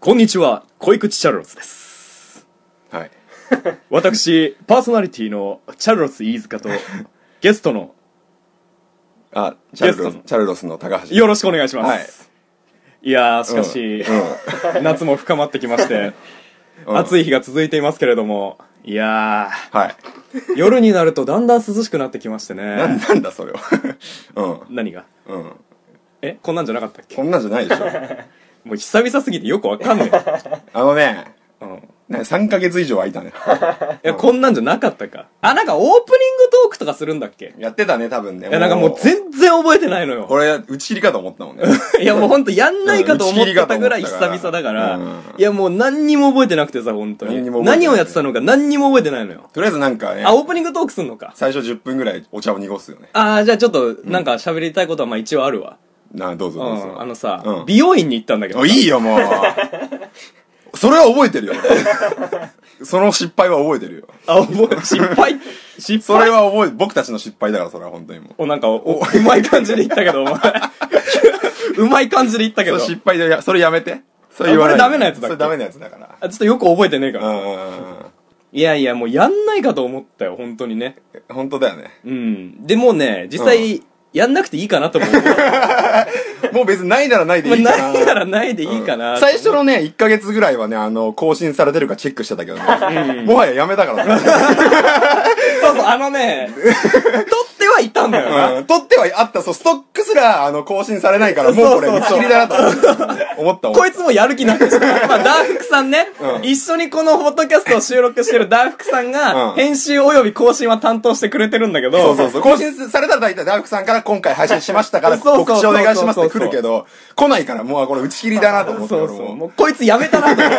こんにちは、恋口チャルロスです。はい私、パーソナリティのチャルロス飯塚 と、ゲストの、あチャルロゲスストのチャルロスの高橋よろしくお願いします。い、やー、しかし、うんうん夏も深まってきまして、 うん暑い日が続いていますけれども、いやはいー、夜になるとだんだん涼しくなってきましてなんね。なんだそれは何が うんうんえこんなんじゃなかったっけこんなんじゃないで しょもう久々すぎてよくわかんない。 あのねうん。いね3ヶ月以上空い たねや、こんなんじゃなかったか。あ、なんかオープニングトークとかするんだっけやってたね多分ねいや、なんかもう全然覚えてないのよ。これ打ち切りかと思ったもんねいやもうほんとやんないかと思ってたぐらい久々だから、うんいやもう何にも覚えてなくてさ、本当に。何に何も覚えてないをやってたのか何にも覚えてないのよ。とりあえずなんかねあ、オープニングトークすんのか。最初10分ぐらいお茶を濁すよねあー、じゃあちょっと、なんか喋りたいことはまあ一応あるわ。などうぞうどうぞ、ん。あのさ、うん美容院に行ったんだけどあさ。いいよもう それは覚えてるよその失敗は覚えてるよあ、覚え、失敗失敗それは覚え僕たちの失敗だからそれは本当にもうお、なんか、お、うまい感じで言ったけど、お 前。うまい感じで言ったけそど。れあ失敗でやそれやめてそれ言わないあこれダメなやつだっけそれダメなやつだからちょっとよく覚えてねえから。うんうんうんいやいや、もうやんないかと思ったよ、本当にね。本当だよねうん。でもうね、実際、やんなくていいかなと思う。もう別にないならないでまあいいかな、ないならないでいいかな。最初のね1ヶ月ぐらいはねあの更新されてるかチェックしてたけどねもはややめたからねそうそう、あのね、 取ってはいたんだよな。うん取ってはあったそうストックすらあの更新されないからもうこれそうそう打ちそう切りだなと思ったもんこいつもやる気なくしてた。まあ、ダーフクさんね、一緒にこのフォトキャストを収録してるダーフクさんが、うん編集及び更新は担当してくれてるんだけど、そうそうそう。更新されたら大体ダークさんから今回配信しましたからそうそう告知お願いしますそうっそてう来るけど、来ないからもうあこれ打ち切りだなと思って、そう俺そう。ももうこいつやめたなと思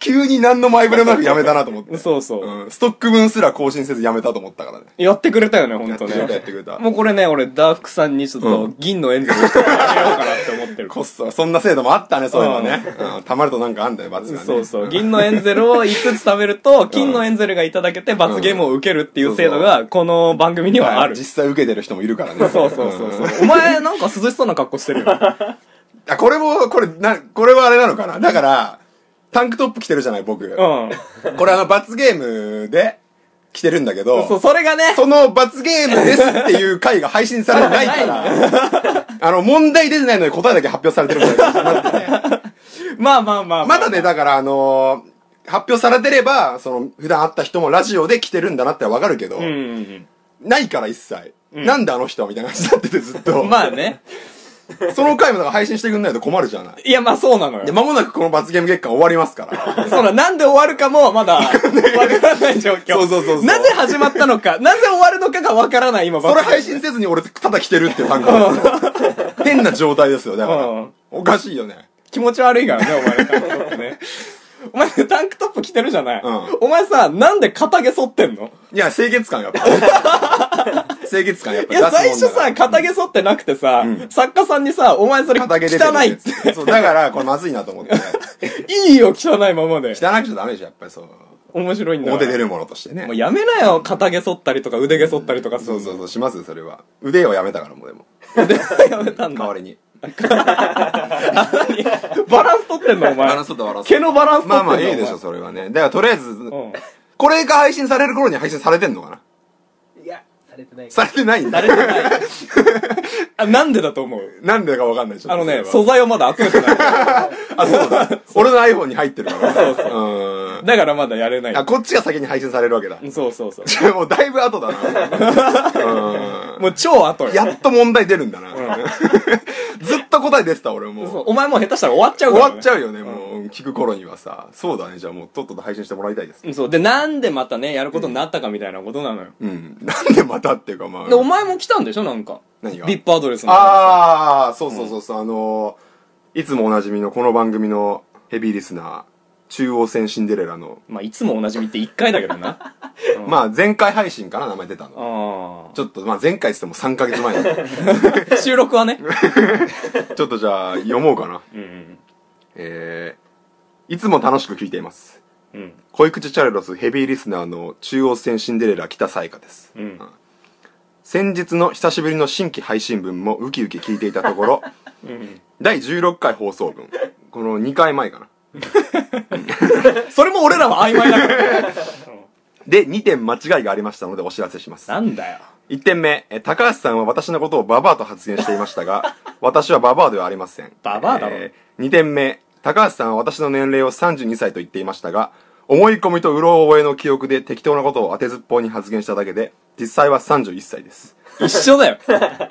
急に何の前触れもなくやめたなと思っって。て。そうそう、うん。ストック分すら更新せずやめたと思ったからね。やってくれたよね、ほやんっとてくれた、やねっ。てくれた。もうこれね、俺、ダーフクさんにちょっと、銀のエンゼルしてあげようかなって思ってる。こっそ、そんな制度もあったね、そういうのね。うん。たまるとなんかあんだよ、罰がね。そうそう。銀のエンゼルを5つ食べると、金のエンゼルがいただけて罰ゲームを受けるっていう制度が、この番組にはあはいる。実際受けてる人もいるからね。 そうそうそううん。そう。お前なんか涼しそうな格好してる よ。あ、これも、これ、な、これはあれなのかな。だから、タンクトップ着てるじゃない、僕。うこれあの、罰ゲームで着てるんだけど。ん。そう、それがね、その罰ゲームですっていう回が配信されてない から、あの、問題出てないのに答えだけ発表されてるみたいな感じ になってね。まあまあまあ。まだね、。だからあのー発表されてれば、その、普段会った人もラジオで来てるんだなってわかるけど、うんうんないから一切。なんであの人はみたいな感じになっててずっうと。ん。まあね。その回もだから配信してくんないと困るじゃない。いや、まあそうなので、よ。間もなくこの罰ゲーム月間終わりま すから。そうだ、なんで終わるかも、まだ、わからない状況。そうそうそうそうなぜ始まったのか、なぜ終わるのかがわからない、今、それ配信せずに俺、ただ来てるっていう感 覚。変な状態ですよ、だかうんら。おかしいよね。気持ち悪いからね、お前のタンクトップね。お前、タンクトップ着てるじゃない、うんお前さ、なんで片毛剃ってんのいや、清潔感や っぱ。清潔感やっいぱ。や、最初さ、片毛剃ってなくてさ、作家さんにさ、お前それ汚片毛出てるいって。そう、だから、これまずいなと思って。いいよ、汚いままで。汚くちゃダメでしょ、やっぱりそう。面白いんだから表出るものとしてねもう。やめなよ、片毛剃ったりとか腕毛剃ったりとかすそるうそうそう、しますよ、それは。腕をやめたからも、でも。う。やめたん代だ。わりに。バランス取ってんの、おバ前ラン。スとバランス。毛のバランス取ってんのまあまあ、お前ええでしょ、それはね。だから、とりあえず、うこれが配信される頃には配信されてんのかないや、されてない。されてないんだ。ん。あ、なんでだと思うなんでかわかんないでしょ。あのね、そ素れは材をまだ集めてない。あ、そうだ。俺の iPhone に入ってるから。そうそう。ん。だからまだやれないあ、。こっちが先に配信されるわけだ。そうそうそう。もうだいぶ後だな。うん。もう超後よ。やっと問題出るんだな。ずっと答え出てた、俺そもうう。お前もう下手したら終わっちゃう終から、わっちゃうよね、もう。聞く頃にはさ。そうだね、じゃあもうとっとと配信してもらいたいです。うんそう。で、なんでまたね、やることになったかみたいなことなのよ。うん。なんでまたっていうか、まで、おあ。前も来たんでしょなんか。何がビップアドレスの。ああ、そうそうそうそう、あのー、いつもおなじみのこの番組のヘビーリスナー、中央線シンデレラの、まあ、いつもおなじみって1回だけど な。あまあ前回配信から名前出たの。あちょっと、まあ前回っつっても3ヶ月前 だー。収録はね。ちょっとじゃあ読もうかな。うん。えー、いつも楽しく聞いています。うん。恋口チャルロスヘビーリスナーの中央線シンデレラ北彩花です、うん。先日の久しぶりの新規配信 分もウキウキ聞いていたところ第16回放送分この2回前かなそれも俺らは曖昧だから。で、2点間違いがありましたのでお知らせしま す。なんだよ。 1点目、え高橋さんは私のことをババアと発言していまし たが、私はババアではありません。ババアだろ2点目、高橋さんは私の年齢を32歳と言っていましたが、思い込みとうろ覚えの記憶で適当なことを当てずっぽうに発言しただけで、実際は31歳です。一緒だよ。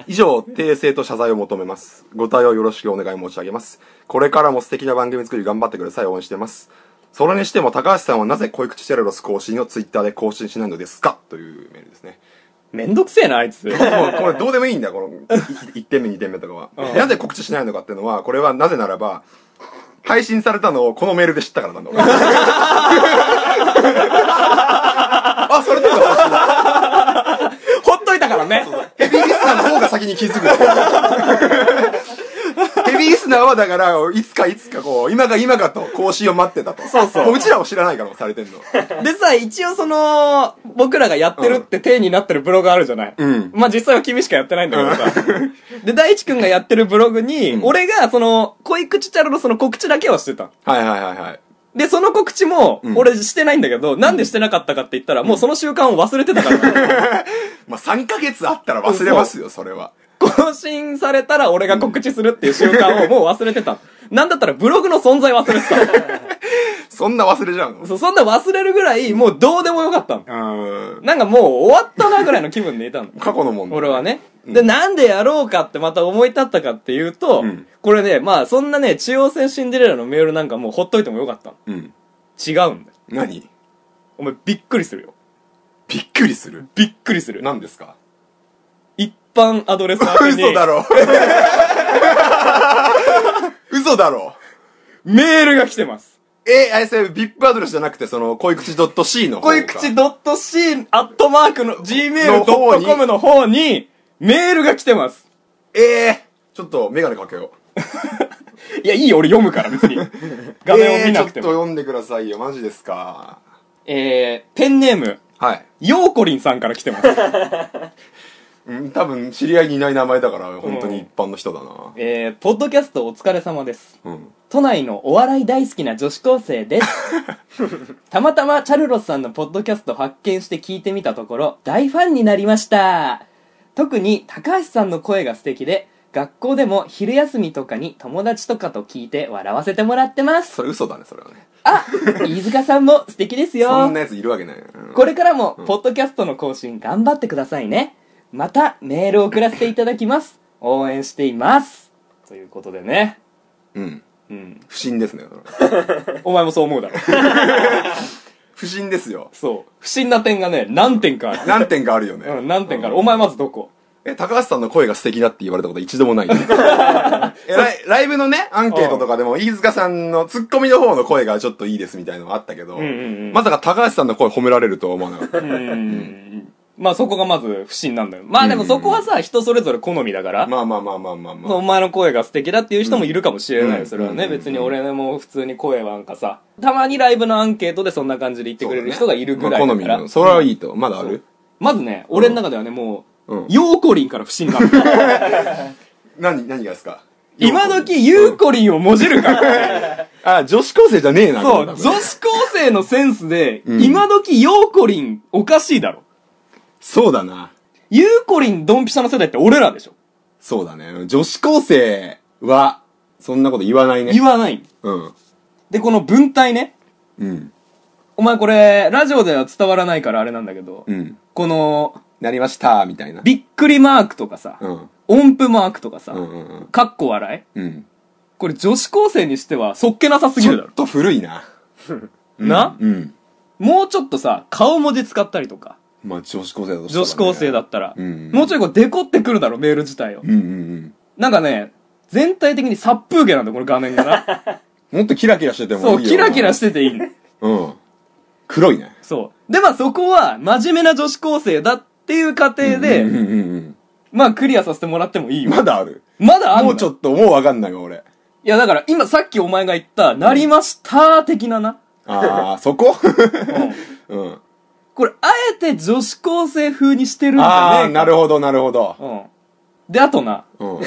以上、訂正と謝罪を求めます。ご対応よろしくお願い申し上げます。これからも素敵な番組作り頑張ってください。応援してます。それにしても高橋さんはなぜ恋口テロロス更新をツイッターで更新しないのですかというメールですね。めんどくせえな、あい つ。もうこれどうでもいいんだよこの1点目2点目とかは、なぜ告知しないのかっていうのはこれはなぜならば配信されたのをこのメールで知ったからなんだ俺あそれでかほっといたからね。ヘビーリスナーの方が先に気づくヘビーリスナーはだからいつかいつかこう今が今かと更新を待ってたとそうそううちらを知らないからもうされてんの でさ、一応その、僕らがやってるって体になってるブログあるじゃない、うんまあ実際は君しかやってないんだけどさ。で、大地くんがやってるブログに、俺がその、恋口チャロのその告知だけはしてた。はいはいはいはいで、その告知もう、ん俺してないんだけど、なんでしてなかったかって言ったら、もうその習慣を忘れてたから。まあ3ヶ月あったら忘れますよそれは更新されたら俺が告知するっていう習慣をもう忘れてた。なんだったらブログの存在忘れてそんな忘れちゃうのた。そうそんな忘れるぐらい、もうどうでもよかったの。うんなんかもう終わったなぐらいの気分でいたの。過去の問題俺はね。で、なんでやろうかってまた思い立ったかっていうと、うんこれね、まあそんなね、中央線シンデレラのメールなんかもうほっといてもよかったの。うん違うんだよ。何お前びっくりするよ。びっくりするびっくりする。何ですか一般アドレス宛てに嘘だ ろ嘘だろメールが来てます。え、あれそれ VIP アドレスじゃなくてその恋口 .c の方か恋口 .c アットマークのの方 gmail.com にの方にメールが来てます。ええちょっと眼鏡かけよういや、いいよ、俺読むから別 に。画面を見なくてえーちょっとも。読んでくださいよマジですかえーペンネーム、はいようこりんさんから来て ます。うん多分知り合いにいない名前だから本当うんに一般の人だなえー、ポッドキャストお疲れ様です。うん都内のお笑い大好きな女子高生です。 たまたまチャルロスさんのポッドキャスト発見して聞いてみたところ、大ファンになりました。特に高橋さんの声が素敵で、学校でも昼休みとかに友達とかと聞いて笑わせてもらってます。それ嘘だねそれはねあ、飯塚さんも素敵ですよ。そんなやついるわけないようんこれからも、ポッドキャストの更新頑張ってくださいね。また、メールを送らせていただきます。応援しています。ということでね。うんうん。不審ですねそれは お前もそう思うだろ。不審ですよそう。不審な点がね、何点かある。何点かあるよねうん、何点かある。お前まずどこえ、高橋さんの声が素敵だって言われたこと一度も ない、ね、えライ、ライブのね、アンケートとかでも、飯塚さんのツッコミの方の声がちょっといいですみたいなのがあったけど、んうんうんまさか高橋さんの声褒められるとは思わなかった。うん。まあそこがまず不審なんだよ。まあでもそこはさ、人それぞれ好みだから。まあまあまあまあまあまあ。お前の声が素敵だっていう人もいるかもしれないよ、うんそれはね、うん別に俺も普通に声はなんかさたまにライブのアンケートでそんな感じで言ってくれる人がいるぐらいだから、まあ好みの。それはいいと。まだあるまずね、俺の中ではね、もう、うんゆうこりんから不 審なの。何、何がですか今時、ゆうこりんをもじるから。あ、女子高生じゃねえな。そう、多女分子高生のセンスで、うん今時、ゆうこりんおかしいだろ。そうだな。ゆうこりんドンピシャの世代って俺らでしょ。そうだね。女子高生は、そんなこと言わないね。言わない。うん。で、この文体ね。うん。お前これ、ラジオでは伝わらないからあれなんだけど、うん。この、なりました、みたいな。びっくりマークとかさ、うん。音符マークとかさ、うんうんうん。かっこ笑いうん。これ女子高生にしては、そっけなさすぎちるだょろっ。と古いな。な、うん。もうちょっとさ、顔文字使ったりとか。まあ女子高生だとしたら女ね子高生だったら、うんもうちょいこうデコってくるだろメール自体を、うんうんなんかね全体的に殺風景なんだこの画面が なうん。もっとキラキラしててもいいそよ。うキラキラしててていいのうん。黒いね。そうでまあそこは真面目な女子高生だっていう過程で、うんうんうんまあクリアさせてもらってもいいうよん。まだある。まだあんのもうちょっと、もうわかんないわ、俺。いやだから今さっきお前が言った「なりました」的なな、あー、そこうんうん。これあえて女子高生風にしてるんじあゃー、ねなるほど、なるほど。えかうんであとなうん。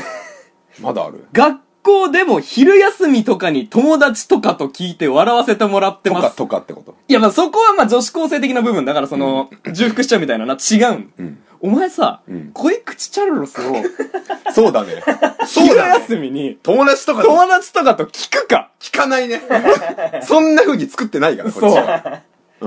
まだある。学校でも昼休みとかに友達とかと聞いて笑わせてもらってとまかす。とかってこと。いや、まあそこはまあ女子高生的な部分だから、その、重複しちゃうみたいなな、違うん。うんお前さ、うん恋口チャルロ スを、そうだね。そう昼だね。休みに、友達とか と友達とかと聞くか聞かないね。 そんな風に作ってないから、こそっちうは。。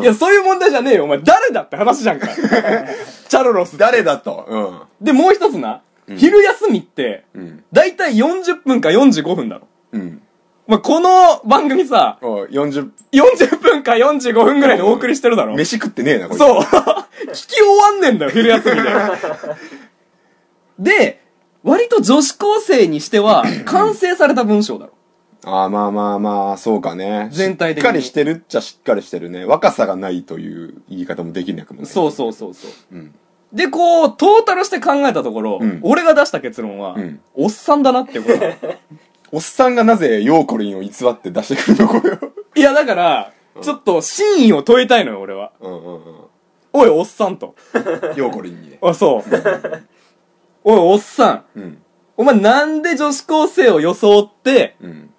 いや、そういう問題じゃねえよ。お前、誰だって話 じゃんか。チャルロス。誰だと。で、もう一つな、昼休みって、うん。うん。だいたい40分か45分だろ。うん。まあ、この番組さ、おい40、 40分か45分ぐらいでお送りしてるだろ。飯食ってねえな、これ。そう。 聞き終わんねんだよ、昼休みで。で、割と女子高生にしては、完成された文章だろ。ああ、まあまあまあ、そうかね。全体的にしっかりしてるっちゃしっかりしてるね。若さがないという言い方もできなくもね。そうそうそうそう。うん。で、こう、トータルして考えたところ、うん俺が出した結論は、うんおっさんだなってことだおっさんがなぜヨーコリンを偽って出してくるの、これを。いや、だから、ちょっと真意を問いたいのよ、俺は。うんうんうん。おい、おっさんと。ヨーコリンにね。あ、そう。 おい、おっさん。うん。お前なんで女子高生を装って、うん。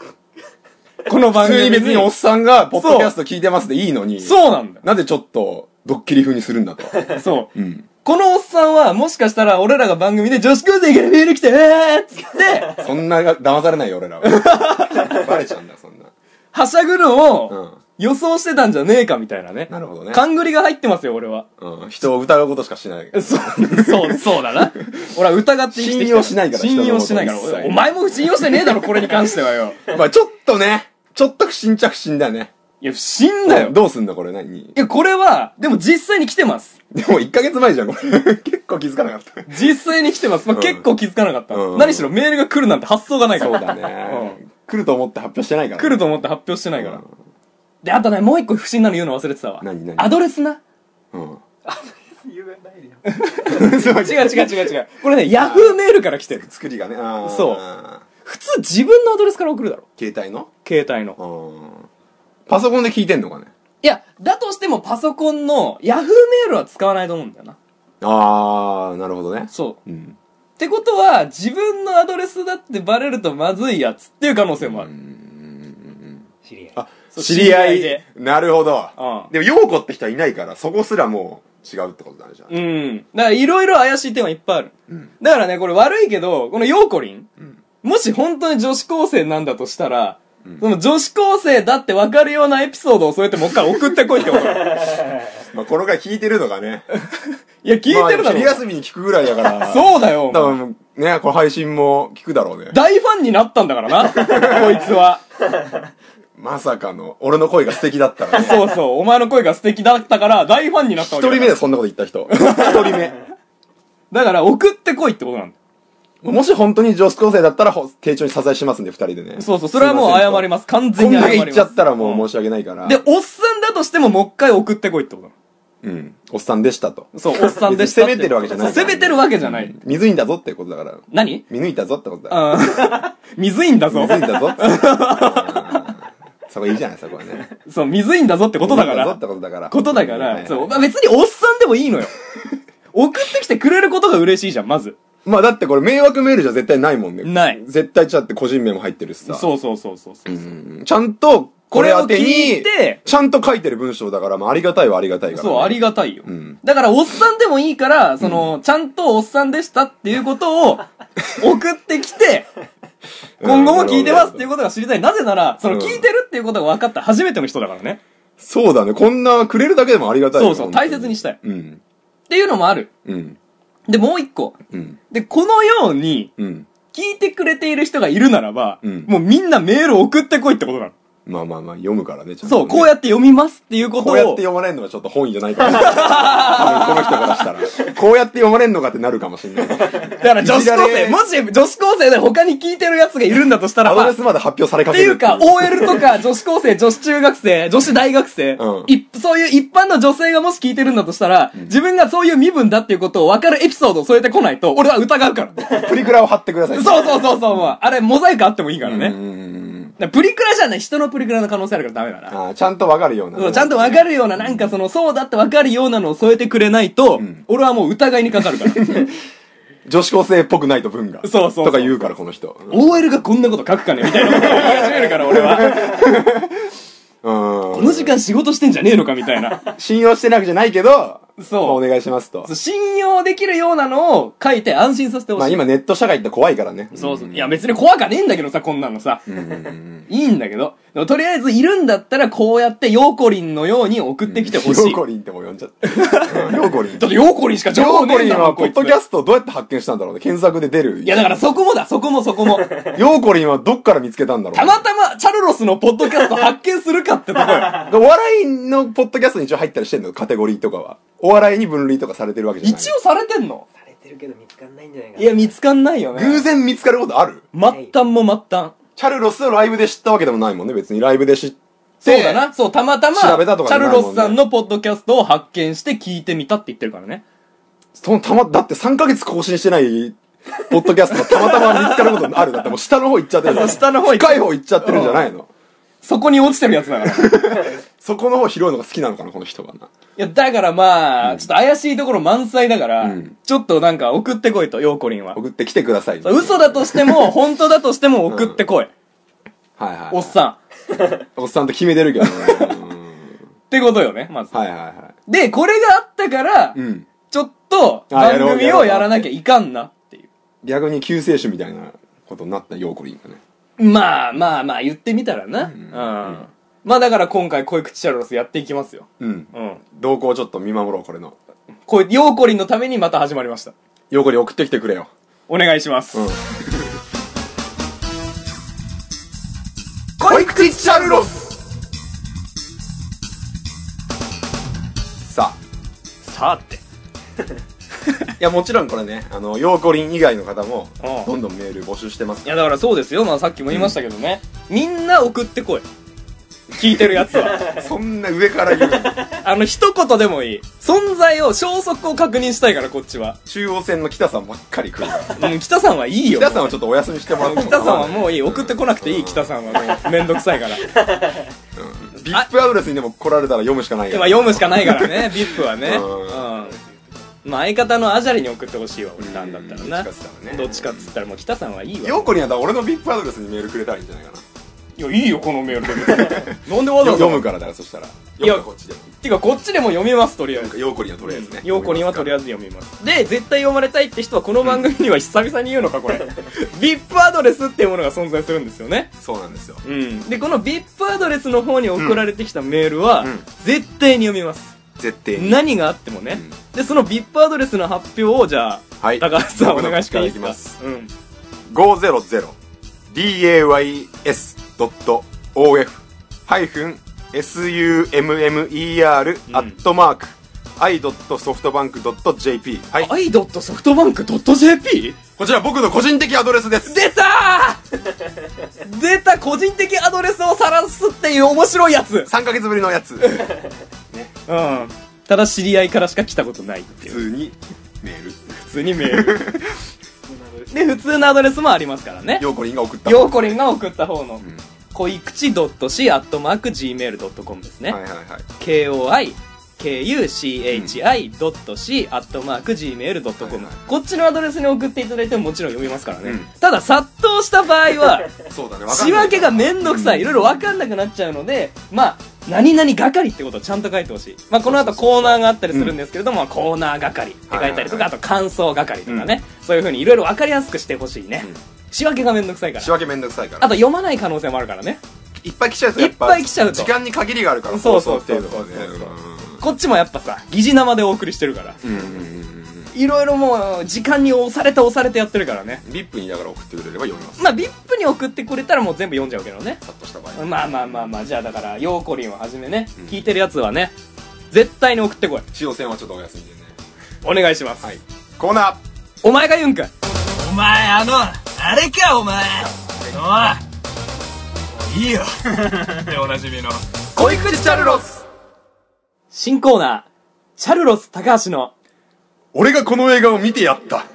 この普番組通にに別におっさんが、ポッドキャスト聞いてますでいいのに。そうなんだなぜちょっと、ドッキリ風にするんだと。よ。そう。うん。このおっさんは、もしかしたら俺らが番組で女子高生からメール来て、えーっつって、そんなが、騙されないよ、俺らは。 バレちゃうんだ、そんな。はしゃぐのうをん。予想してたんじゃねえかみたいなね。なるほどね。勘繰りが入ってますよ、俺は。うん。人を疑うことしかしない。そう、そう、そうだ な。俺は疑って生きてきた信用しないから信用しないから人のことを一。切お前も信用してねえだろ、これに関してはよ。まあちょっとね、ちょっと不審着信だよね。いや、不審だよ。どうすんだ、これ何いや、これは、でも実際に来てます。でも1ヶ月前じゃん、これ。 結構気づかなかった。実際に来てます。まあ、うん結構気づかなかった。うん何しろメールが来るなんて発想がないから。そうだね。来ると思って発表してないから。来ると思って発表してないから。うんで、あとね、もう一個不審なの言うの忘れてたわ。何何アドレスな。うん。言わないでよ。違う違う違う違う。 これね、ヤフーメールから来てる。作りがね、あーそう普通自分のアドレスから送るだろ。携帯の携帯の。うん。パソコンで聞いてんのかね。いや、だとしてもパソコンのヤフーメールは使わないと思うんだよな。あー、なるほどね。そう。うん。ってことは、自分のアドレスだってバレるとまずいやつっていう可能性もある。知り合い。あ、そう知り合知り合いでい。なるほど。うんでも、陽子って人はいないから、そこすらもう違うってことだね、じゃあ。うん。だから、いろいろ怪しい点はいっぱいある。うんだからね、これ悪いけど、このヨーコリン、んもし本当に女子高生なんだとしたら、その女子高生だって分かるようなエピソードをそうやってもう一回送ってこいってこと だまあ、この回聞いてるのがね。いや、聞いてるだまあろ。昼休みに聞くぐらいだから。うそうだよ。お前多分、ね、この配信も聞くだろうね。大ファンになったんだから な、こいつは。まさかの、俺の声が素敵だっ たらね。そうそう、お前の声が素敵だったから、大ファンになっ一たわけだ人目から。でそんなこと言った人。一人目。だから、送ってこいってことなんだ。もし本当に女子高生だったら、ほ丁重に謝罪しますんで、二人でね。そうそう、それはもう謝りまます。完せん全とにこん謝だけります。言っちゃったらもう申し訳ないから。で、、おっさんだとしてももう一回送ってこいってことなうん。おっさんでしたと。のそう、おっさんでした別に責めてるわけじゃないそう責めてるわけじゃない。見抜いたぞってことだから。何見抜いたぞってことだ。うん。 水いんだぞ水。いんだぞっつ って。そこいいじゃない、そこはね。そう、水いんだぞってことだか水いんぞらって。ことだから。ことだかはいら、そう、まあ別におっさんでもいいの よ。送ってきてくれることが嬉しいじゃん、まず。まあだってこれ迷惑メールじゃ絶対ないもんね。ない絶対ちゃって個人名も入ってるしさ。そうそうそうそうそう。うんちゃんと、これこれを宛て聞にいて、ちゃんと書いてる文章だから、まあありがたいはありがたいから、そう、ありががたいよ。うんだから、おっさんでもいいから、その、ちゃんとおっさんでしたっていう ことを送ってきて、今後も聞いてますっていうことが知りたい。なぜなら、その、うん聞いてるっていうことが分かった初めての人だからね。そうだね。こんなくれるだけでもありがたいよそうそう、本当大切にしたい。っうん。ていうのもある。うん。で、もう一個。うん。で、このように、うん。聞いてくれている人がいるならば、うんもうみんなメール送ってこいってことなの。まあまあまあ、読むからね、ちゃんとねそう、こうやって読みますっていうことこを。うやって読まれるのはちょっと本意じゃな いから。多分この人からしたら。こうやって読まれるのかってなるかもしれない。だから女子高いじら生、れもし女子高生で他に聞いてる奴がいるんだとしたらアば、ドレスまで発表されかっけているうか、OL とか女子高 生、女子中学生、女子大学生、うんいそういう一般の女性がもし聞いてるんだとしたら、自分がそういう身分だっていうことを分かるエピソードを添えてこないと、俺は疑うから。 プリクラを貼ってください。そうそうそうそう、もうあれモザイクあってもいいからね。うんうんうん。だからプリクラじゃない、人のプリクラの可能性あるからダメだな。ああ、ちゃんとわかるような。そうちゃんと分かるような、なんかその、そうだって分かるようなのを添えてくれないと、ん 俺はもう疑いにかかるから。女子高生っぽくないと文が。そうそうそうとか言うから、この人。 OL がこんなこと書くかねみたいなことを言い始めるから俺 はうん。この時間仕事してんじゃねえのかみたいな信用してるわけじゃないけど、そうまあお願いしますとそ。う信用できるようなのを書いて安心させてほしい、まあ今ネット社会って怖いからね。そうそういや別に怖かねえんだけどさこんなのさ、いいんだけどでもとりあえずいるんだったらこうやってヨーコリンのように送ってきてほしい、ヨーコリンってもう呼んじ ゃった。うんヨーコリン。だってヨーコリンしか情ヨ報ーねコえんリだンもんはこポいッつドキャストをどうやって発見したんだろうね。検索で出る。いやだからそこもだそこもそこも ヨーコリンはどっから見つけたんだろう。たまたまチャルロスのポッドキャスト発見するかってとこ よお笑いのポッドキャストに一応入ったりしてんのカテゴリーとかは。お笑いに分類とかされてるわけじゃない。一応されてんのされてるけど見つかんないんじゃないかないや見つかんないよね偶然見つかることある末端も末端チャルロスをライブで知ったわけでもないもんね。別にライブで知って。そうだ。な。そう、たまたま、調べたとチかャじゃルないもロんねスさんのポッドキャストを発見して聞いてみたって言ってるからね。そのたま、だって3ヶ月更新してない、ポッドキャストがたまたま見つかることある。だってもう下の方行っちゃってるじゃん。下の方行っ深い方行っちゃってるんじゃないのそこに落ちてるやつ だから。いそこの方拾うのが好きなのかな、この人がな。や、だからまあ、ちょっと怪しいところ満載だから、うんちょっとなんか送ってこいと、ヨーコリンは。送ってきてください。嘘だとしても、本当だとしても送ってこい。はいはい。おっさおっさんと決めてるけどね。ん。ってことよね、まず。はいはいはで、これがあったから、い。うん。ちょっと、あや番ろう組やろをうやらなきゃいかんなっていう。逆に救世主みたいなことになったヨーコリンがね。まあまあまあ、言ってみたらな。うん。まあだから今回、恋口チャルロスやっていきますよ。うん。うん。動向をちょっと見守ろう、これの。こう、ヨーコリンのためにまた始まりました。ヨーコリン送ってきてくれよ。お願いします。うん。恋口チャルロスさあ。さあって。いや、もちろんこれね、あの、ヨーコリン以外の方もうん、どんどんメール募集してますいや、だからそうですよ。まあさっきも言いましたけどね。みんな送ってこい。聞いてるやつ は。そんな上から言うのあの、一言でもいい。存在を、消息を確認したいから、こっちは。中央線の北さんばっかり来るから。うん、北さん はいいよ。北さんはもちょっとお休みしてもらうう北さんはもういい。送ってこなくていい、北さんはもう。めんどくさい から。うビップアドレスにでも来られたら読むしかないよ今読むしかないからね、ビップはね。うんうん。まあ相方のアジャリに送ってほしいわ、俺なんだったらな。どっちかっつったらねどっちかっつったらもう北さんはいいわ。ヨーコリンはだから俺のビップアドレスにメールくれたらいいんじゃないかないや、いいよ、このメールで。 なんでわざわざ読むからだからそしたらいや読むかこっちでもていうかこっちでも読みますとりあえずヨーコリンはとりあえずね陽子にはとりあええず読みますで絶対読まれたいって人はこの番組には久々に言うのかこれ VIP アドレスっていうものが存在するんですよねずそうなんですようんでこの VIP アドレスの方に送られてきたメールは、うん絶対に読みます絶対に何があってもね、でその VIP アドレスの発表をじゃあ、はい高橋さんお願いしていいです僕の口からいきまかすうん 500-0-dayz.of-summer-i.softbank.jp はいアイドットソフトバンクドット JP? こちら僕の個人的アドレスです出た ー出た個人的アドレスをさらすっていう面白いやつ3ヶ月ぶりのやうつん。ただ知り合いからしか来たことないって普いう。通にメール普通にメール。 で、普通のアドレスもありますからね。ヨーコリンが送ったようこりんが送った方のん、恋口 .c.gmail.com ですね。はいはいは koi い kuchi.c.gmail.com はいはいこっちのアドレスに送っていただいてももちろん読みますからね、うんただ殺到した場合 はそうだね仕分けがめんどくさいうんいろいろ分かんなくなっちゃうのでまあ何々係ってことをちゃんと書いてほしい、まあ、この後コーナーがあったりするんですけれども、コーナー係って書いたりとか、はいはいはいあと感想係とかね、そういうふうにいろいろ分かりやすくしてほしいね、うん仕分けがめんどくさいから仕分けめんどくさいからあと読まない可能性もあるからねいっぱい来ちゃうとやっぱいっぱい来ちゃうと時間に限りがあるからそう放そ送うってそいううのはねそうそうこっちもやっぱさ疑似生でお送りしてるからうんうんうんうんうんいろいろもう時間に押されて押されてやってるからねビップにだから送ってくれれば読みますまあ VIP に送ってくれたらもう全部読んじゃうけどねさっとした場合まあまあまあまあじゃあだからヨーコリンをはじめね、うん聞いてるやつはね絶対に送ってこい使用戦はちょっとお休みでねお願いします、はいコーナーお前が言うんかいお前あのあれかお前おいいいよ でおなじみの恋口チャルロス新コーナーチャルロス高橋の俺がこの映画を見てやった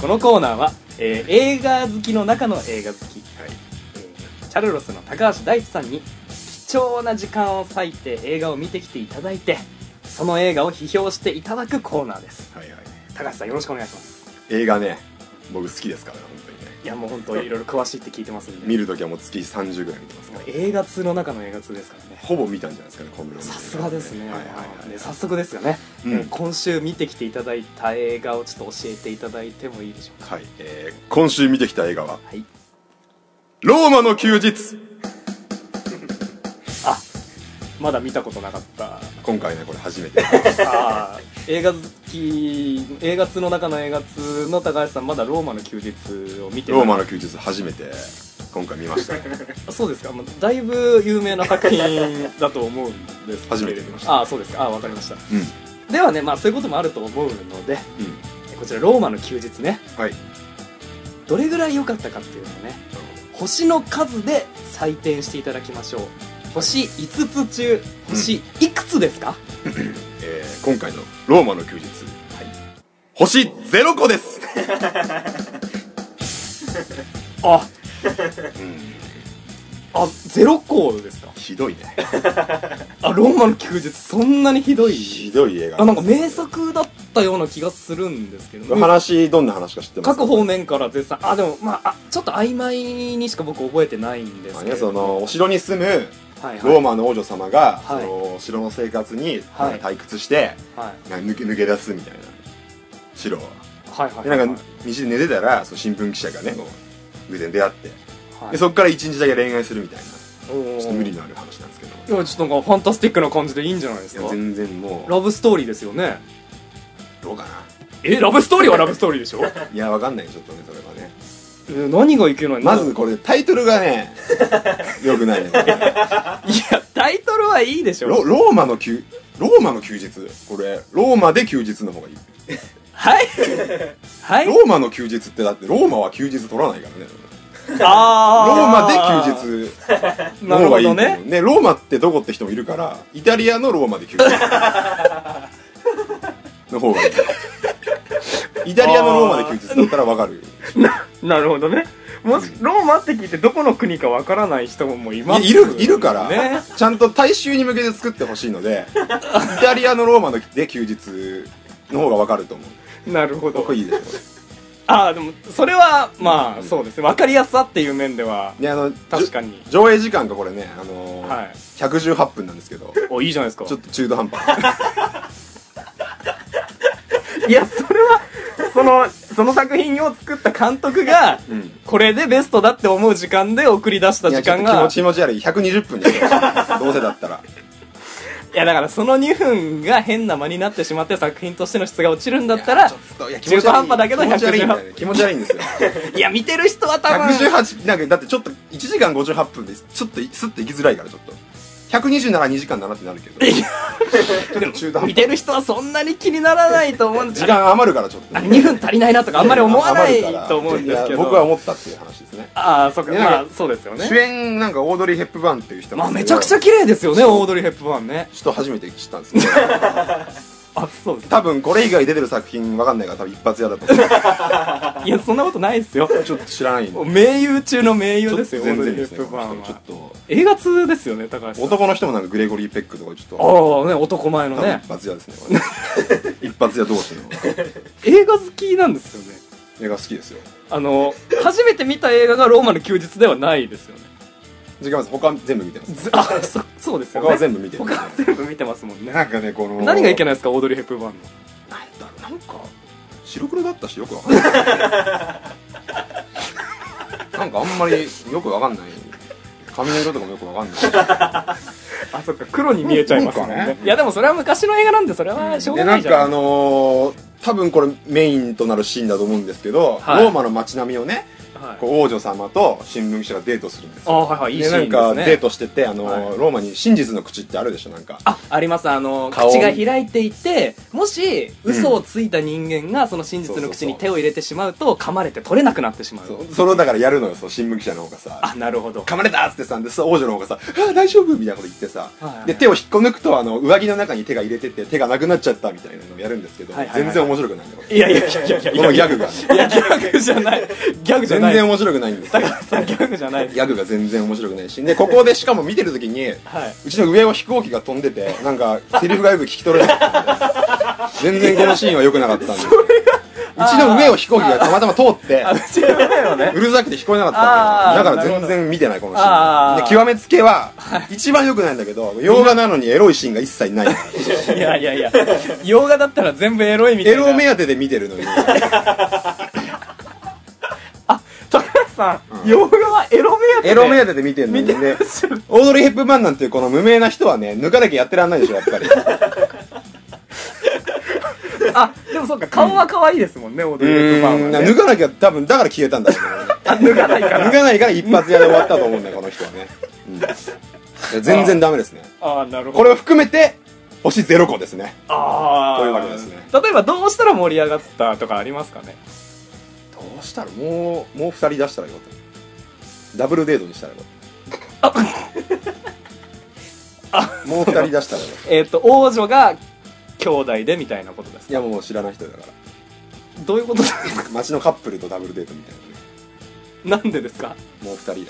このコーナーは、えー映画好きの中の映画好き、えーチャルロスの高橋大地さんに貴重な時間を割いて映画を見てきていただいてその映画を批評していただくコーナーですはいはい高橋さんよろしくお願いします映画ね僕好きですからね本当にねいやもう本当いろいろ詳しいって聞いてますんで見るときはもう月30ぐらい見てますから映画通の中の映画通ですからねほぼ見たんじゃないですかねコンビニさすがですね、はいはいはいで早速ですがね、うんえー今週見てきていただいた映画をちょっと教えていただいてもいいでしょうかはい、えー、今週見てきた映画ははい「ローマの休日あまだ見たことなかった」今回ねこれ初 めてあー映画好き映画通の中の映画通の高橋さんまだローマの休日を見てないローマの休日初めて今回見ま したねそうですか、まあ、だいぶ有名な作品だと思うんですけれど初めて見ましたああそうですかああわかりましたうんではねまあそういうこともあると思うのでうんこちらローマの休日ねはいどれぐらい良かったかっていうのをね星の数で採点していただきましょう星5つ中星いくつですか、えー、今回の「ローマの休日」星0個です、あうん、あゼロ項ですかひどいねあローマの休日そんなにひどいひどい映画あなんか名作だったような気がするんですけどね話どんな話か知ってます各方面から絶賛あでもまああちょっと曖昧にしか僕覚えてないんですまあけねれそどのお城に住むはいはいローマの王女様が、はいそのお城の生活にはい退屈して、はいなんか抜け抜け出すみたいな城をはいはいではいなんか道で寝てたらその新聞記者がねこう偶然出会って、はいでそっから一日だけ恋愛するみたいなちおーょっと無理のある話なんですけどいやちょっとなんかファンタスティックな感じでいいんじゃないですいやか全然もうラブストーリーですよねどうかなえラブストーリーはラブストーリーでしょいやわかんないちょっとねそれはねえ何がいけないのまずこれタイトル がねよくないねいやタイトルはいいでしロょローマの休ローマの休日これローマで休日の方がいいはいはいローマの休日ってだってローマは休日取らないからねローマであー休日なるの方がほいいとど思ねうねローマってどこって人もいるからイタリアのローマで 休日の方がいいイタリアのローマで休日だったらわかるよなるほどねもしローマって聞いてどこの国かわからない人もいますいいるいるから、ねちゃんと大衆に向けて作ってほしい のでイタリアのローマので休日の方がわかると思うなるほどこれいいですよああでもそれはまあうんそうですね分かりやすさっていう面ではこれねあの確かにじょ上映時間がこれね、あのーはい118分なんですけどおいいじゃないですかちょっと中途半端いやそれはそのその作品を作った監督がうんこれでベストだって思う時間で送り出したいや 時ちょっ間とが気持ち気持ち悪い120分にしてほしいどうせだったらいやだからその2分が変な間になってしまって作品としての質が落ちるんだったいやらちょっといや中途半端だけど気持ち悪いんだよね118気持ち悪いんですよいや見てる人は多分118なんかだってちょっと1時間58分でちょっとスッと行きづらいからちょっと120なら2時間だなってなるけど中途半見端てる人はそんなに気にならないと思うんです時間余るからちょっとね2分足りないなとかあんまり思わな余いるからと思うんですけどいや僕は思ったっていう話ですねああそっかいやなんまかあそうですよね主演なんかオードリー・ヘップバーンっていう人まなあんでめちすけどゃくちゃ綺麗ですよねオードリー・ヘップバーンねちょっと初めて知ったんですけどあそうです多分これ以外出てる作品わかんないから多分一発屋だと思いやそんなことないですようちょっと知らないんで名優中の名優ですよオー全ドリ然ー・ヘッですねプバーンちょはっと映画通ですよね高橋さん男の人もなんかグレゴリー・ペックとかちょっとああね男前の多分ね一発屋ですねこれ一発屋同士の映画好きなんですよね映画好きですよあの初めて見た映画が「ローマの休日」ではないですよね違います他全部見てますずあそそうですよ他ねは全部見てる他は全部見てますもんねなんかねこの何がいけなないいですかオードリー・ヘップバーンのなんだろうなんか白黒だったしよくわかんない なんかあんまりよくわかんない髪の色とかもよくわかんないあそっか黒に見えちゃいますもんなんかねねいやでもそれは昔の映画なんでそれはしょうでがなないんじゃなかいあのー多分これメインとなるシーンだと思うんですけど、はいローマの街並みをねはいこう王女様と新聞記者がデートするんですあよあはいはいいいシーンですねなんかデートしてて、あのーはいローマに真実の口ってあるでしょなんかあありますあの顔を口が開いていてもし嘘をついた人間がその真実の口に手を入れてしまうと噛まれて取れなくなってしまうそうそれをだからやるのよそう新聞記者の方がさあなるほど噛まれたっつってさでそう王女の方がさ「ああ大丈夫」みたいなこと言ってさ、はいはいで手を引っこ抜くとあの上着の中に手が入れてて手がなくなっちゃったみたいなのをやるんですけど、はいはいはい全然面白くないんだよこれいやいやいやいやいやこのギャグがねいやギャグじゃないギャグじゃない全然面白くないんですよ高橋さんギャグじゃないです ギャグが全然面白くないしでここでしかも見てる時にはいうちの上を飛行機が飛んでてなんかセリフがよく聞き取れなか ったんで全然このシーンは良くなかったんですようちの上を飛行機がたまたま通ってあうちの夢をねうるさくて聞こえなかったんだよあーだから全然見てないこのシーあンーで極めつけは一番良くないんだけど洋画なのにエロいシーンが一切ないいやいやいや洋画だったら全部エロいみたエいなロ目当てで見て るのに高橋さん、洋画はエロ目当てでエロ目当てで見てるのに見てらねっしゃるオードリー・ヘップバーンなんていうこの無名な人はね抜かなきゃやってらんないでしょやっぱりあでもそうか顔は可愛いですもんね、オードうリー・ヘップバーーンんは、ね、抜かなきゃ多分だから消えたんだ ろうねあ脱がないから抜かないから一発屋で終わったと思うんだよこの人はね、うんいや全然ダメですねああなるほどこれを含めて星ゼロ個ですねああこういうわけですね例えばどうしたら盛り上がったとかありますかねどうしたらもうもう2人出したらよかったダブルデートにしたらよかったもう2人出したらよかったえっ、と王女が兄弟でみたいなことですいやもう知らない人だかどういうことですから街のカップルとダブルデートみたいなねなんでですかもう2人だね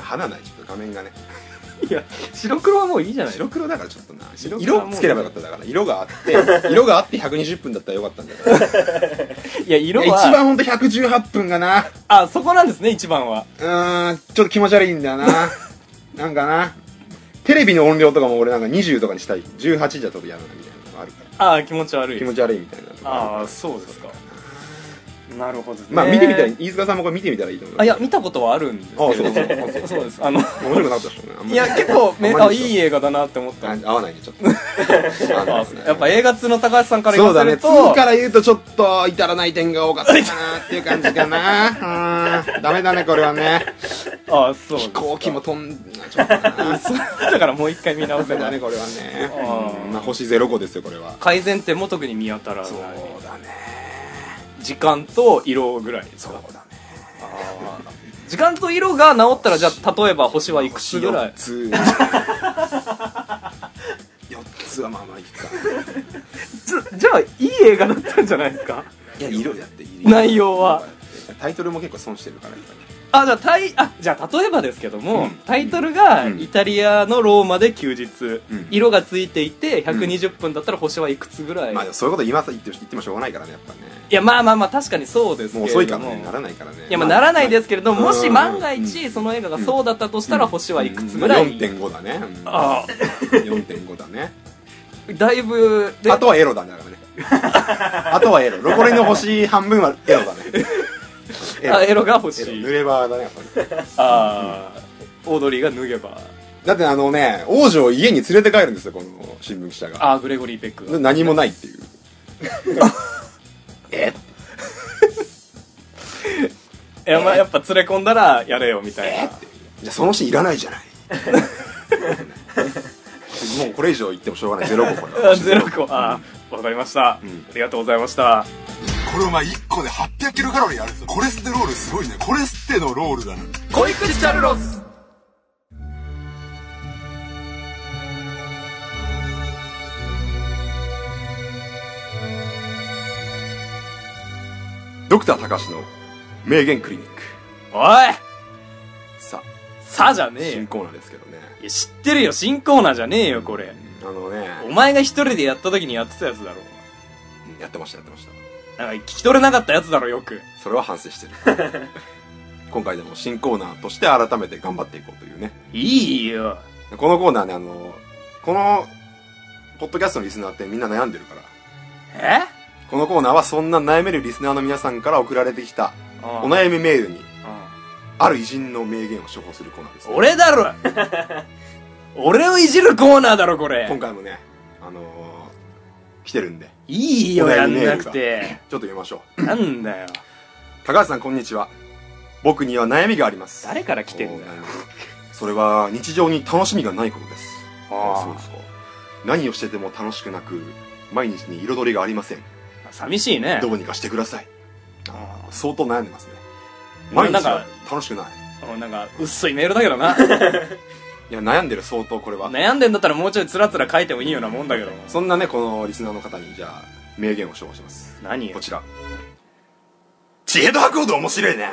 花ないちょっと画面がねいや白黒はもういいじゃないです白か黒だからちょっとな白黒は色もうつければよかっただから色が あって色があって120分だったらよかったんだからいや色はいや一番ほんと118分がなあそこなんですね一番はうーんちょっと気持ち悪いんだよななんかなテレビの音量とかも俺なんか20とかにしたい18じゃちょっと嫌だなみたいなのがあるからああ気持ち悪い気です持ち悪いみたいなとかああそうですかなるほどねまあ見てみたい飯塚さんもこれ見てみたらいいと思うあいや見たことはあるんですけどあそうそうそうそう そうですあの面白くなかったっすよねあんまりいや結構めあんまありいでしょい映画だなって思ったあ合わないねちょっと合わないですねやっぱ映画通の高橋さんから言そわうだせねると2から言うとちょっと至らない点が多かったかなっていう感じ かなうーんダメだねこれはねああそうです飛か行機も飛ん ちょっとなそうだからもう一回見直ダせメなだい ねこれはねあーうんまあ星ゼロ個ですよこれは改善点も特に見当たらないそうだね時間と色ぐらいですそかうだね時間と色が治ったらじゃあ例えば星はいくつぐらい4つ 四つはまあまあいいかじじゃあいい映画だったんじゃないですかいや色やっていい内容はタイトルも結構損してるからやっぱりあじゃあタイあじゃあ例えばですけども、うんタイトルが、うんイタリアのローマで休日、うん色がついていて120分だったら星はいくつぐらい、まあいでもそういうこと今さ言って言ってもしょうがないからねやっぱねやまあまあまあ確かにそうですけもうれど遅もいからねならないからねいやまあならないですけれども、まあもし万がうん一その映画がそうだったとしたら星はいくつぐまあらい、 4.5だねうんあ4.5だねあだいぶであとはエロだねだからねあとはエロ残りの星半分はエロだねエロあエロが欲しエロい濡れ場だねやっぱりああ、オードリーが脱げばだってあのね王女を家に連れて帰るんですよこの新聞記者がああグレゴリー・ペックでが何もないっていうえいや,、まあ、やっぱ連れ込んだらやれよみたいなじゃあそのシーンいらないじゃない もうこれ以上言ってもしょうがないゼロ個これあ ゼロ個ああわかりました、んありがとうございましたこれお前1個で800キロカロリーあるぞコレステロールすごいねコレステのロールだな小池チャルロスドクター高橋の名言クリニックおいさあさあじゃねえよ新コーナーですけどねいや知ってるよ新コーナーじゃねえよこれあのねお前が一人でやった時にやってたやつだろやってましたやってましたなんか聞き取れなかったやつだろよくそれは反省してる 今回でも新コーナーとして改めて頑張っていこうというねいいよこのコーナーねあのこのポッドキャストのリスナーってみんな悩んでるからえこのコーナーはそんな悩めるリスナーの皆さんから送られてきたおうん悩みメールにある偉人の名言を処方するコーナーです、俺だ ろ俺をいじるコーナーだろこ今れ回もねあのー、来てるんでいいよおや悩みんメールがなくてちょっと読みましょうなんだよ高橋さんこんにちは僕には悩みがあります誰から来てんだよお悩みそれは日常に楽しみがないことですああそうですか何をしてても楽しくなく毎日に彩りがありません寂しいねどうにかしてくださいあ相当悩んでますね俺毎日なんがか楽しくないうんなんか薄いメールだけどないや悩んでる相当これは、悩んでんだったらもうちょいつらつら書いてもいいようなもんだけどそんなねこのリスナーの方にじゃあ名言を紹介します何よこちら。知恵と白ほど面白いね。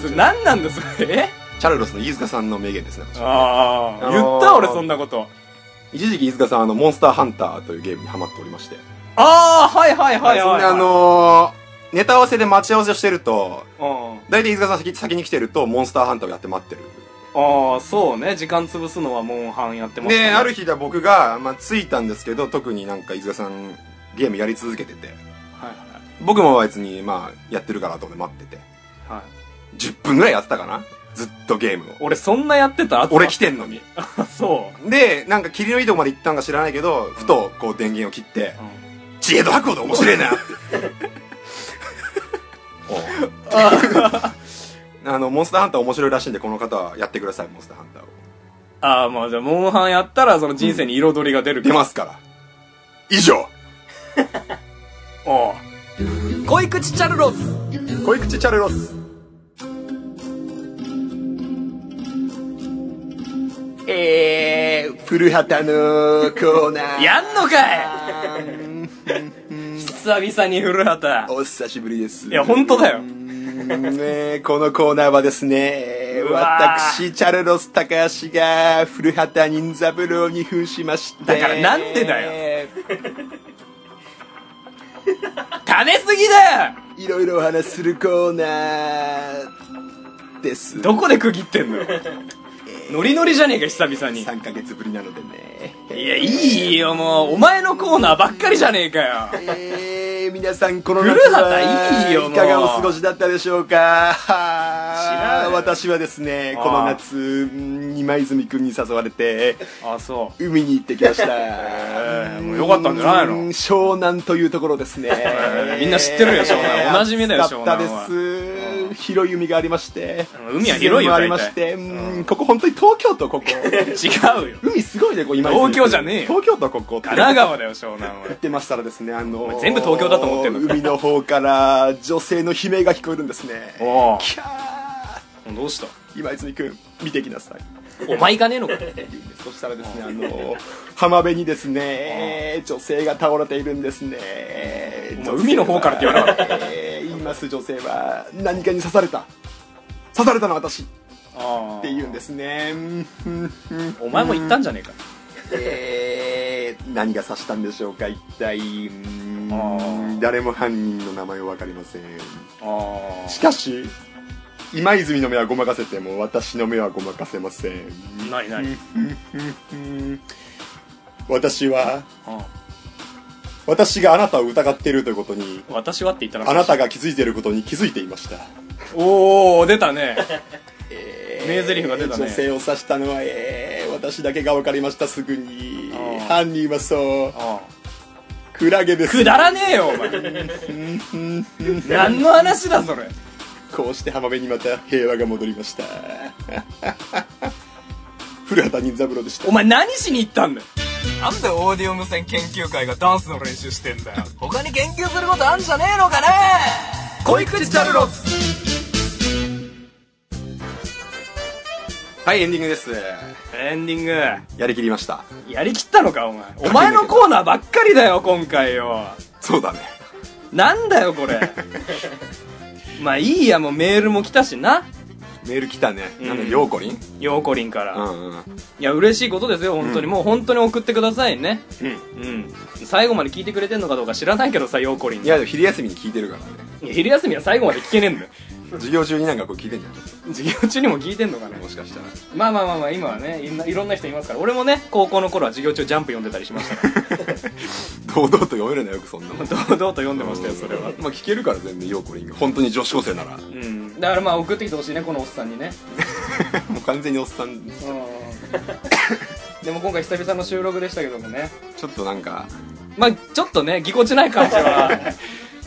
それ何なんだそれえチャルロスの飯塚さんの名言ですねこちらあああのー言った俺そんなこと一時期飯塚さんあのモンスターハンターというゲームにハマっておりましてああはいはいはいはい、そんはい、であのーネタ合わせで待ち合わせをしてるとうん大体飯塚さん先先に来てるとモンスターハンターをやって待ってるああそうね時間潰すのはモンハンやってますである日日だ僕が、まあ、着いたんですけど特になんか飯塚さんゲームやり続けててはいは僕も別にまあやってるからと思って待っててい、はい、 10分ぐらいやってたかなずっとゲームを俺そんなやってた俺来てんのにたそうでなんか霧の井戸まで行ったんか知らないけどふとこう電源を切ってうん「知恵と吐くほど面白いな」って あのモンスターハンター面白いらしいんでこの方はやってくださいモンスターハンターをああまあじゃあモンハンやったらその人生に彩りが出る出ますすから以上ああ恋口チャルロス濃い口チャルロスえー、古畑のコーナーやんのかい 久々に古畑お久しぶりです。いや本当だようーんねえこのコーナーはですね、うわー私、チャルロス高橋が古畑任三郎に扮しまして。だからなんでだよ。金すぎだよいろいろお話しするコーナーです。どこで区切ってんのよ ノリノリじゃねえか久々に ?3 ヶ月ぶりなのでね。いやいいよもうお前のコーナーばっかりじゃねえかよえー、皆さんこの夏古は畑いいよもういかがお過ごしだったでしょうか違うよ私はですねあーこの夏うん今泉君に誘われてあそ海に行って きましたーもうよかったんじゃないのうん湘南というところですね みんな知ってるよ湘南おなじみだよ暑かったで湘す広い海がありましてうん海は広いよ自然もありましてうんここ本当に東京都ここ う違うよ海すごいねこう今泉君東京じゃねえよ東京都ここ神奈川だよ湘南はやってましたらですね、あのー全部東京だと思ってんのか海の方から女性の悲鳴が聞こえるんですねおうキャーどうした今泉君見てきなさいお前行かねえのかそしたらですね、あのー浜辺にですね女性が倒れているんですねお前海の方からって言わなかった言います女性は何かに刺された刺されたの私っあて言うんですねうんお前も行ったんじゃねえかえー何が刺したんでしょうか一体うーあんー誰も犯人の名前は分かりませんあしかし今泉の目はごまかせても私の目はごまかせませんあなになにうん私は私があなたを疑っているということに私はって言ったらあなたが気づいていることに気づいていましたおお出たね名台詞が出たね女性を刺したのは、えー私だけが分かりましたすぐにあー犯人はそうあクラゲですくだらねえよお前何の話だそれこうして浜辺にまた平和が戻りました 古畑任三郎でしたお前何しに行ったんだよなんでオーディオ無線研究会がダンスの練習してんだよ他に研究することあんじゃねえのかね恋口チャルロスはいエンディングですエンディングやりきりましたやりきったのかお前お前のコーナーばっかりだよ今回よそうだねなんだよこ れまあいいやもうメールも来たしなメール来たね、んなんだようこりんようこりんから、んうんいや嬉しいことですよ本当に、もう本当に送ってくださいねうんうん最後まで聞いてくれてんのかどうか知らないけどさようこりんいやでも昼休みに聞いてるからね いや昼休みは最後まで聞けねえんだよ授業中になんかこう聞いてんじゃん授業中にも聞いてんのかねもしかしたらまあまあまあまあ今はねいんないろんな人いますから俺もね高校の頃は授業中ジャンプ読んでたりしましたか堂々と読めるなよくそんなもらん 堂々と読んでましたよそれはまあ聞けるから全然ようこりんが本当に女子高生ならもうんだからまあ送ってきてほしいねこのおっさんにねう完全におっさんちうん でも今回久々の収録でしたけどもねょっとなんかまあちょっとねぎこちない感じ は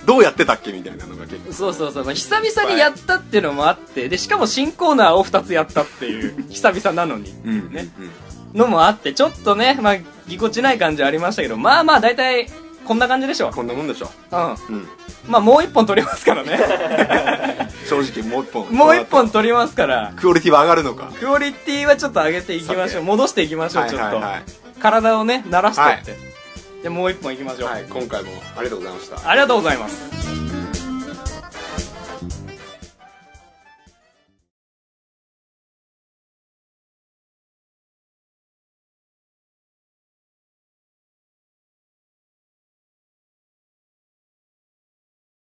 どうやってたっけみたいなのが結構そうそうそう、まあ、久々にやったっていうのもあってでしかも新コーナーを2つやったっていう久々なのにうんねうんのもあってちょっとねまあぎこちない感じはありましたけどまあまあ大体こんな感じでしょう、こんなもんでしょうん、まうんあもう一本取りますから ね正直もう一本もう一本取りますからクオリティは上がるのかクオリティはちょっと上げていきましょさてう戻していきましょうちょっと、体をね慣らしてって、でもう一本いきましょう、はい、今回もありがとうございましたありがとうございます